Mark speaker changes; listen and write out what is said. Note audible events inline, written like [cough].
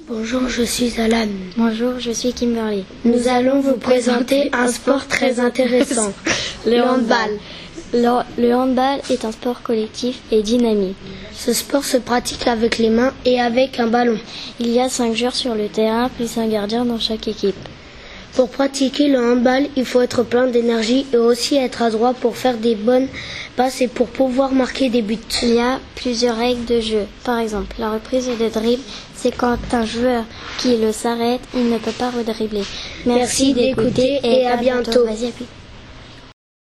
Speaker 1: Bonjour, je suis Alan.
Speaker 2: Bonjour, je suis Kimberly.
Speaker 1: Nous allons vous présenter un sport très intéressant, [laughs] le handball.
Speaker 2: Le, le handball est un sport collectif et dynamique.
Speaker 1: Ce sport se pratique avec les mains et avec un ballon.
Speaker 2: Il y a cinq joueurs sur le terrain, plus un gardien dans chaque équipe.
Speaker 1: Pour pratiquer le handball, il faut être plein d'énergie et aussi être adroit pour faire des bonnes passes et pour pouvoir marquer des buts.
Speaker 2: Il y a plusieurs règles de jeu. Par exemple, la reprise de dribble, c'est quand un joueur qui le s'arrête, il ne peut pas redribbler.
Speaker 1: Merci d'écouter et à bientôt.
Speaker 2: Vas-y, appuie.